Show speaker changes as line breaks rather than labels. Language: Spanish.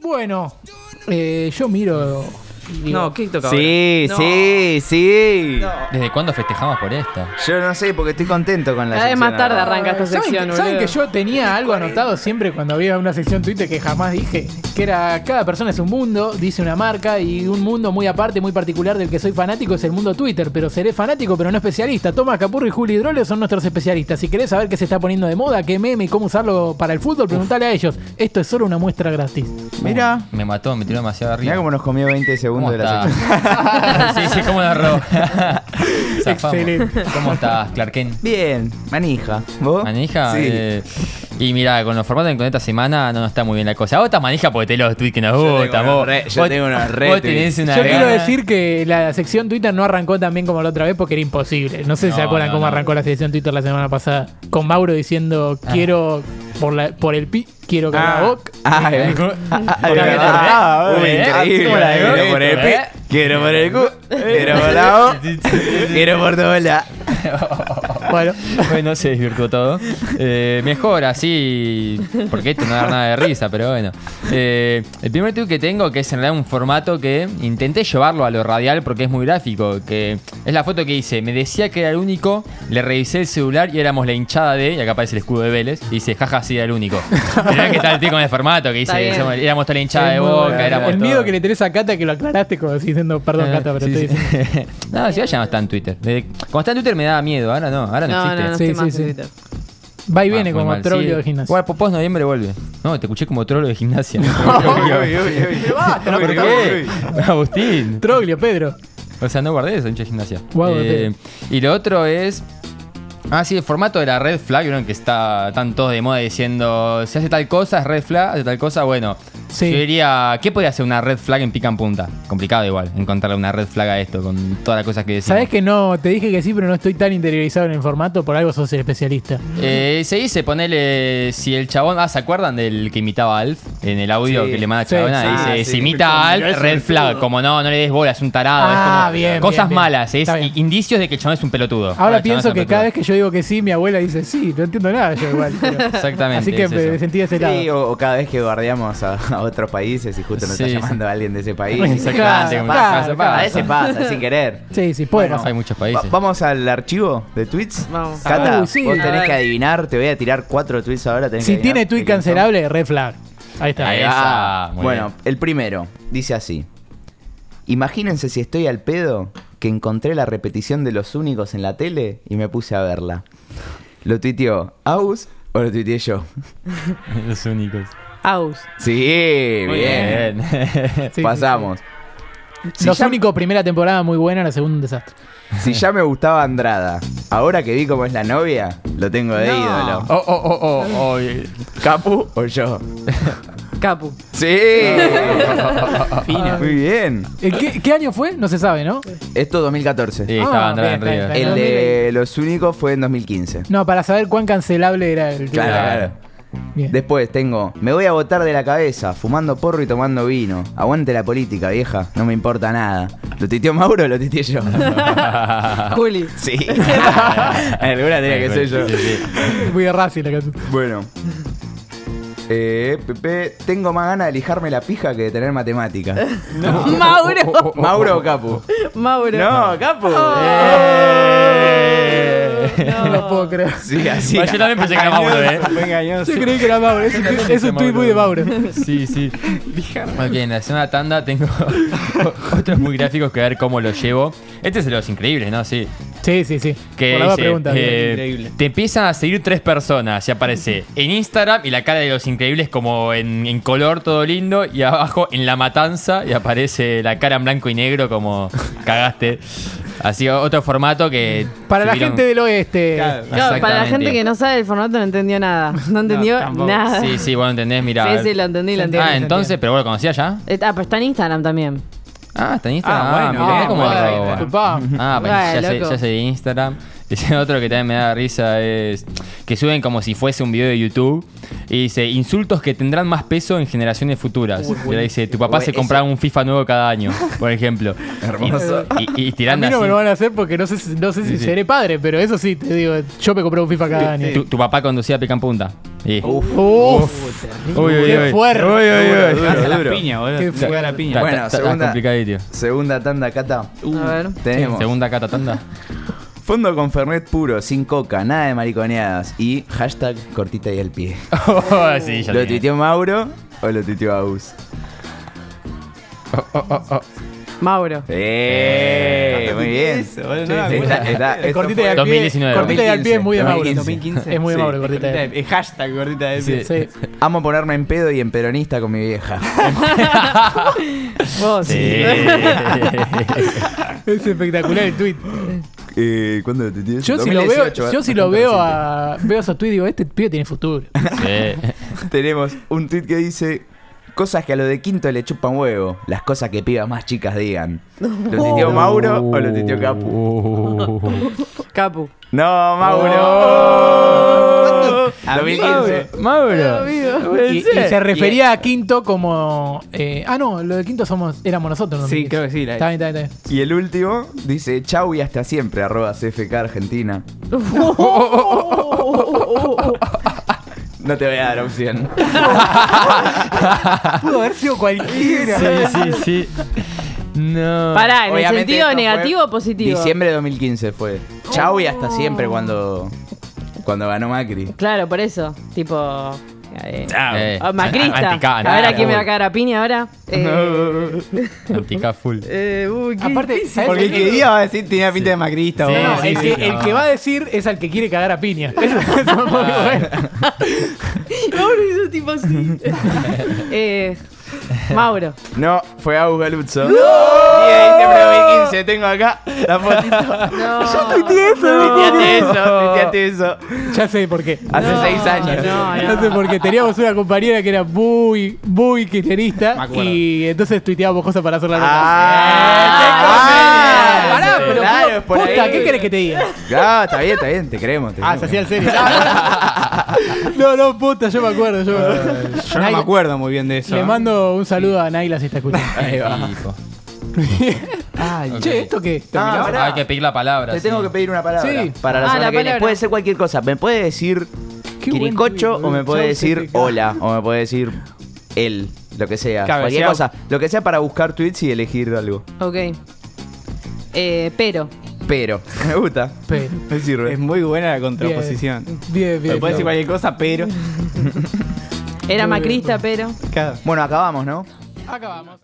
Bueno, eh, yo miro. digo,
No, ¿qué toca
Sí,
ahora?
sí, sí.
¿Desde cuándo festejamos por esto?
Yo no sé, porque estoy contento con la
Cada vez
sección
más tarde
ahora.
arranca esta
¿Saben,
sección,
que, saben
boludo?
que yo tenía algo anotado siempre cuando había una sección Twitter que jamás dije? Que era, cada persona es un mundo, dice una marca, y un mundo muy aparte, muy particular del que soy fanático es el mundo Twitter, pero seré fanático, pero no especialista. Tomás Capurro y Juli Drole son nuestros especialistas. Si querés saber qué se está poniendo de moda, qué meme y cómo usarlo para el fútbol, preguntale a ellos. Esto es solo una muestra gratis.
Mirá.
Uh, Me mató, me tiró demasiado arriba.
Mirá cómo nos comió 20 segundos
¿Cómo
de la
estás?
sección.
sí, sí, cómo la robó. Zafamos.
Excelente.
¿Cómo estás, Clark Kent?
Bien, manija. ¿Vos?
Manija,
Sí.
eh, y mira, con los formatos que encontré esta semana no, no está muy bien la cosa. Vos estás manija porque te los tweets que nos
Yo tengo
gustan,
unos
vos.
re- yo
vos-
tengo unos re
vos
tweets.
tenés una
Yo quiero
gana.
decir que la sección Twitter no arrancó tan bien como la otra vez porque era imposible. No sé si se
No,
acuerdan
no,
cómo
no.
arrancó la sección Twitter la semana pasada. Con Mauro diciendo,
Ah.
quiero por, la, por el pi, quiero con la boca.
Ah, eh. Ah,
Porque
verdad.
me tardé.
Ah,
Uy,
bueno,
eh,
increíble.
¿cómo la dejó?
Quiero por el
¿Eh?
pi, quiero por el cu, quiero por la o, quiero por todo la.
Bueno,
Bueno, se desvirtuó todo. Eh, mejor así, porque esto no da nada de risa, pero bueno. Eh, el primer tweet que tengo, que es en realidad un formato que intenté llevarlo a lo radial porque es muy gráfico, que es la foto que hice. Me decía que era el único, le revisé el celular y éramos la hinchada de, y acá aparece el escudo de Vélez, y dice, jaja, sí, era el único. Mirá qué tal tío con el formato que
Está
dice,
bien.
somos- éramos toda la hinchada de
es muy bueno.
boca, éramos
el miedo
todo.
que le tenés a Cata que lo aclaraste como así diciendo, perdón Cata, pero
Sí,
estoy
sí. No, si ya no está en Twitter. Desde- Cuando está en Twitter me daba miedo, ahora no, ahora no,
No, no,
existe.
no,
Sí,
estoy más
sí,
en
sí.
Twitter.
Va y
Ah,
viene
muy
como
mal,
trolio
sí.
de gimnasio.
Bueno, Popós noviembre vuelve. No, te escuché como trolo de gimnasia.
Uy, uy, uy, uy. Uy,
¿Por
uy,
qué?
uy.
Agustín.
Troglio, Pedro.
O sea, no guardé esa hincha de gimnasia.
Guau,
Eh, y lo otro es. Ah, sí, el formato de la red flag, vieron que está tan todos de moda diciendo si hace tal cosa, es red flag, hace tal cosa, bueno.
Sí.
Yo diría, ¿qué podría hacer una red flag en pica en punta? Complicado igual, encontrarle una red flag a esto, con todas las cosas que decimos.
Sabés que no, te dije que sí, pero no estoy tan interiorizado en el formato, por algo sos el especialista.
Eh, se dice, ponele, si el chabón, ah, ¿se acuerdan del que imitaba a Alf? En el audio
Sí.
que le manda a
Sí,
Chabona,
sí.
dice,
Ah, sí.
si imita a
Mirá
Alf,
ese
red flag,
pelotudo.
como no, no le des bola, es un tarado,
Ah,
es como
bien, bien,
cosas
bien.
malas, es
Está bien.
indicios de que el chabón es un pelotudo.
Ahora
el chabón es
pienso
un
que
pelotudo.
cada vez que yo digo que sí, mi abuela dice sí, no entiendo nada yo igual. pero-
Exactamente,
Así que
es
me
eso.
sentí de ese lado.
Sí, o, o cada vez que guardiamos a, a otros países y justo nos
Sí,
está
sí.
llamando a alguien de ese país.
Exactamente,
Claro,
como
claro,
se
claro.
A
pasa.
veces pasa, sin querer.
Sí, sí, puede
Bueno,
pasar.
Hay muchos
Va-
países.
vamos al archivo de tweets.
Vamos.
Cata,
Uy, sí.
vos
A
tenés
ver.
que adivinar, te voy a tirar cuatro tweets ahora. tenés que
Si
adivinar
tiene
de
tweet
quién son.
cancelable, red flag. Ahí está.
Ahí va.
Ah,
Esa, muy
bueno,
bien.
el primero dice así. Imagínense si estoy al pedo que encontré la repetición de Los Únicos en la tele y me puse a verla. ¿Lo tuiteó Aus o lo tuiteé yo?
Los únicos.
Aus.
Sí,
Muy
bien.
bien.
Sí,
Pasamos.
sí. Los
Si ya-
únicos, primera temporada muy buena, la segunda un desastre.
Si ya me gustaba Andrada, ahora que vi cómo es la novia, lo tengo de
No.
ídolo.
Oh, oh, oh, oh, oh, eh,
¿Capu o yo?
Capu.
Sí.
oh,
Fina.
Muy bien.
¿En Eh, qué, qué año fue? No se sabe, ¿no?
Esto 2014.
Sí, estaba
Ah,
Andrade
bien,
Enríquez.
está bien,
El de Los Únicos fue en 2015.
No, para saber cuán cancelable era el
Claro, claro.
Bien.
Después tengo, me voy a botar de la cabeza, fumando porro y tomando vino. Aguante la política, vieja, no me importa nada. ¿Lo titió Mauro o lo titié yo?
Ah.
Juli.
sí. Alguna tenía que
Sí,
ser yo.
sí, sí.
Muy de Racing la canción.
Bueno. Eh, Pepe, tengo más ganas de lijarme la pija que de tener matemática.
Mauro.
¿Mauro o Capu?
Mauro. Oh,
No, Capu. Eh.
Eh.
No. lo puedo creer.
Sí, así.
Bueno, yo también pensé que era Mauro, eh.
Fue engañoso.
Yo creí que era Mauro. Es un, tuit- es un tuit muy de Mauro.
Sí, sí. Ok, en la segunda tanda tengo otros muy gráficos que ver cómo lo llevo. Este es de los increíbles, ¿no? Sí.
Sí, sí, sí.
Que
Por la
dice,
pregunta.
eh,
Increíble.
te empiezan a seguir tres personas y aparece en Instagram y la cara de los increíbles como en, en color todo lindo y abajo en la matanza y aparece la cara en blanco y negro como cagaste. Así otro formato que...
para la
subieron-
gente del oeste.
Claro.
Claro, para la
Exactamente.
gente que no sabe el formato no entendió nada. No entendió
tampoco.
nada.
Sí, sí, bueno, entendés, mira.
Sí, sí, lo entendí, lo entendí.
Ah, entonces, pero bueno, ¿conocía ya?
Eh, Ah, pero está en Instagram también.
Ah, está en Instagram.
Ah, bueno,
mirá
bien,
cómo
bueno,
lo-
Disculpa.
Ah, pero
Ah,
ya, sé,
loco.
ya sé de Instagram. Dice otro que también me da risa es que suben como si fuese un video de YouTube y dice insultos que tendrán más peso en generaciones futuras.
Uy,
y le dice, tu papá
Uy,
se
ese-
compraba un FIFA nuevo cada año, por ejemplo.
Hermoso.
Y, y- y
A
tirando
mí no me
así,
lo van a hacer porque no sé, si- no sé si
Sí, sí.
seré padre, pero eso sí, te digo, yo me compré un FIFA cada año.
tu, tu papá conducía pica en punta. Y-
Uf,
Uy, uy,
qué
uy.
fuerte.
Uy, uy, uy.
Duro,
Hace la
duro.
piña, boludo.
Qué
Te juega la piña.
Está-
Bueno,
está- está
segunda-
complicado, ahí, tío.
Segunda tanda, Cata.
A ver.
Tenemos.
Segunda cata tanda.
Fondo con Fernet puro, sin coca, nada de mariconeadas. Y hashtag cortita y al pie.
Oh, sí, ya
¿Lo
tenía.
tuiteó Mauro o lo tuiteó Agus?
Mauro.
¡Eh! Muy bien.
Eso, boludo, no me acuerdo.
Está- está-
El
esto
Cortita y
fue-
al pie,
2019,
cortita y al pie es muy de Mauro.
2015.
Es muy de
Sí,
Mauro, cortita
Gordita
y
de
al pie.
eh, Hashtag gordita de
Sí.
pie.
Sí.
Amo ponerme en pedo y en peronista con mi vieja.
Vos.
Sí.
Es espectacular el tweet.
Eh, ¿Cuándo lo tuiteé?
Yo si lo veo,
2018,
yo si lo
bastante
veo
reciente.
a veo esos tweets digo, este pibe tiene futuro.
Sí.
Tenemos un tweet que dice cosas que a lo de quinto le chupan huevo, las cosas que pibas más chicas digan. ¿Lo titió Mauro o lo titió Capu?
Uh. Capu?
Capu.
No, Mauro.
Oh.
2015.
Mauro.
Y, y se refería a Quinto como eh, ah no, lo de Quinto somos éramos nosotros. ¿no?
Sí, creo que sí, la-
Está bien, está bien, está bien.
Y el último dice chau y hasta siempre arroba CFK Argentina. No te voy a dar opción.
Pudo haber sido cualquiera.
Sí, sí, sí. No.
Pará, ¿en el
Obviamente
sentido
esto fue
negativo o positivo?
Diciembre de 2015 fue. Chau y
Oh.
hasta siempre cuando cuando ganó Macri.
Claro, por eso. Tipo. eh,
Eh,
ah, Macrista.
antica-
a ver a quién me va a
antica-
cagar a piña ahora. Eh,
Antica full.
eh, uy, qué
Aparte,
difícil.
¿sabes
Porque el
qué?
que iba va a decir tenía pinta de macrista,
Sí,
No,
boludo.
no, el, que, el que va a decir es al que quiere cagar a piña. Eso, eso es muy bueno.
Mauro hizo tipo así. Eh, Mauro.
No, fue Agus Galuzzo. 10 de diciembre de 2015, tengo acá la fotito.
No.
Tuiteate eso, tuiteate eso.
Ya sé por qué.
Hace
No,
seis años.
no, no.
No sé por qué. Teníamos una compañera que era muy, muy
Me
kirchnerista
acuerdo. Ah,
y entonces tuiteábamos cosas para hacerla
Ah,
loca.
te
Pará,
convenía.
pero
Ah, Claro,
¿cómo-
es por
posta,
ahí.
¿qué querés que te diga?
Ah, está bien, está bien, te creemos. Te
Ah, se
creemos.
hacía el serio. No, no, puta, yo me acuerdo, yo me acuerdo.
Eh, Yo no me
Naila-
acuerdo muy bien de eso.
Le
¿eh?
mando un saludo a Naila si está escuchando.
Ahí va.
Tipo.
Ay,
Che, ¿esto qué?
Ah, pará.
Hay que pedir la palabra.
Te
sí.
tengo que pedir una palabra
Sí.
para la
Ah,
semana
la
que viene.
palabra.
Puede ser cualquier cosa. Me puede decir
Qué buen
quiricocho
tuit,
o me
boludo.
puede
Chau,
decir
CFK.
hola o me puede decir él, lo que sea.
Claro,
cualquier
sea-
cosa. Lo que sea para buscar tweets y elegir algo.
Ok. Eh, pero.
Pero, me gusta.
Pero.
Me sirve.
Es muy buena la contraposición.
Bien, bien.
Me puede decir
bien.
cualquier cosa, pero.
Era macrista, pero.
Claro.
Bueno, acabamos, ¿no?
Acabamos.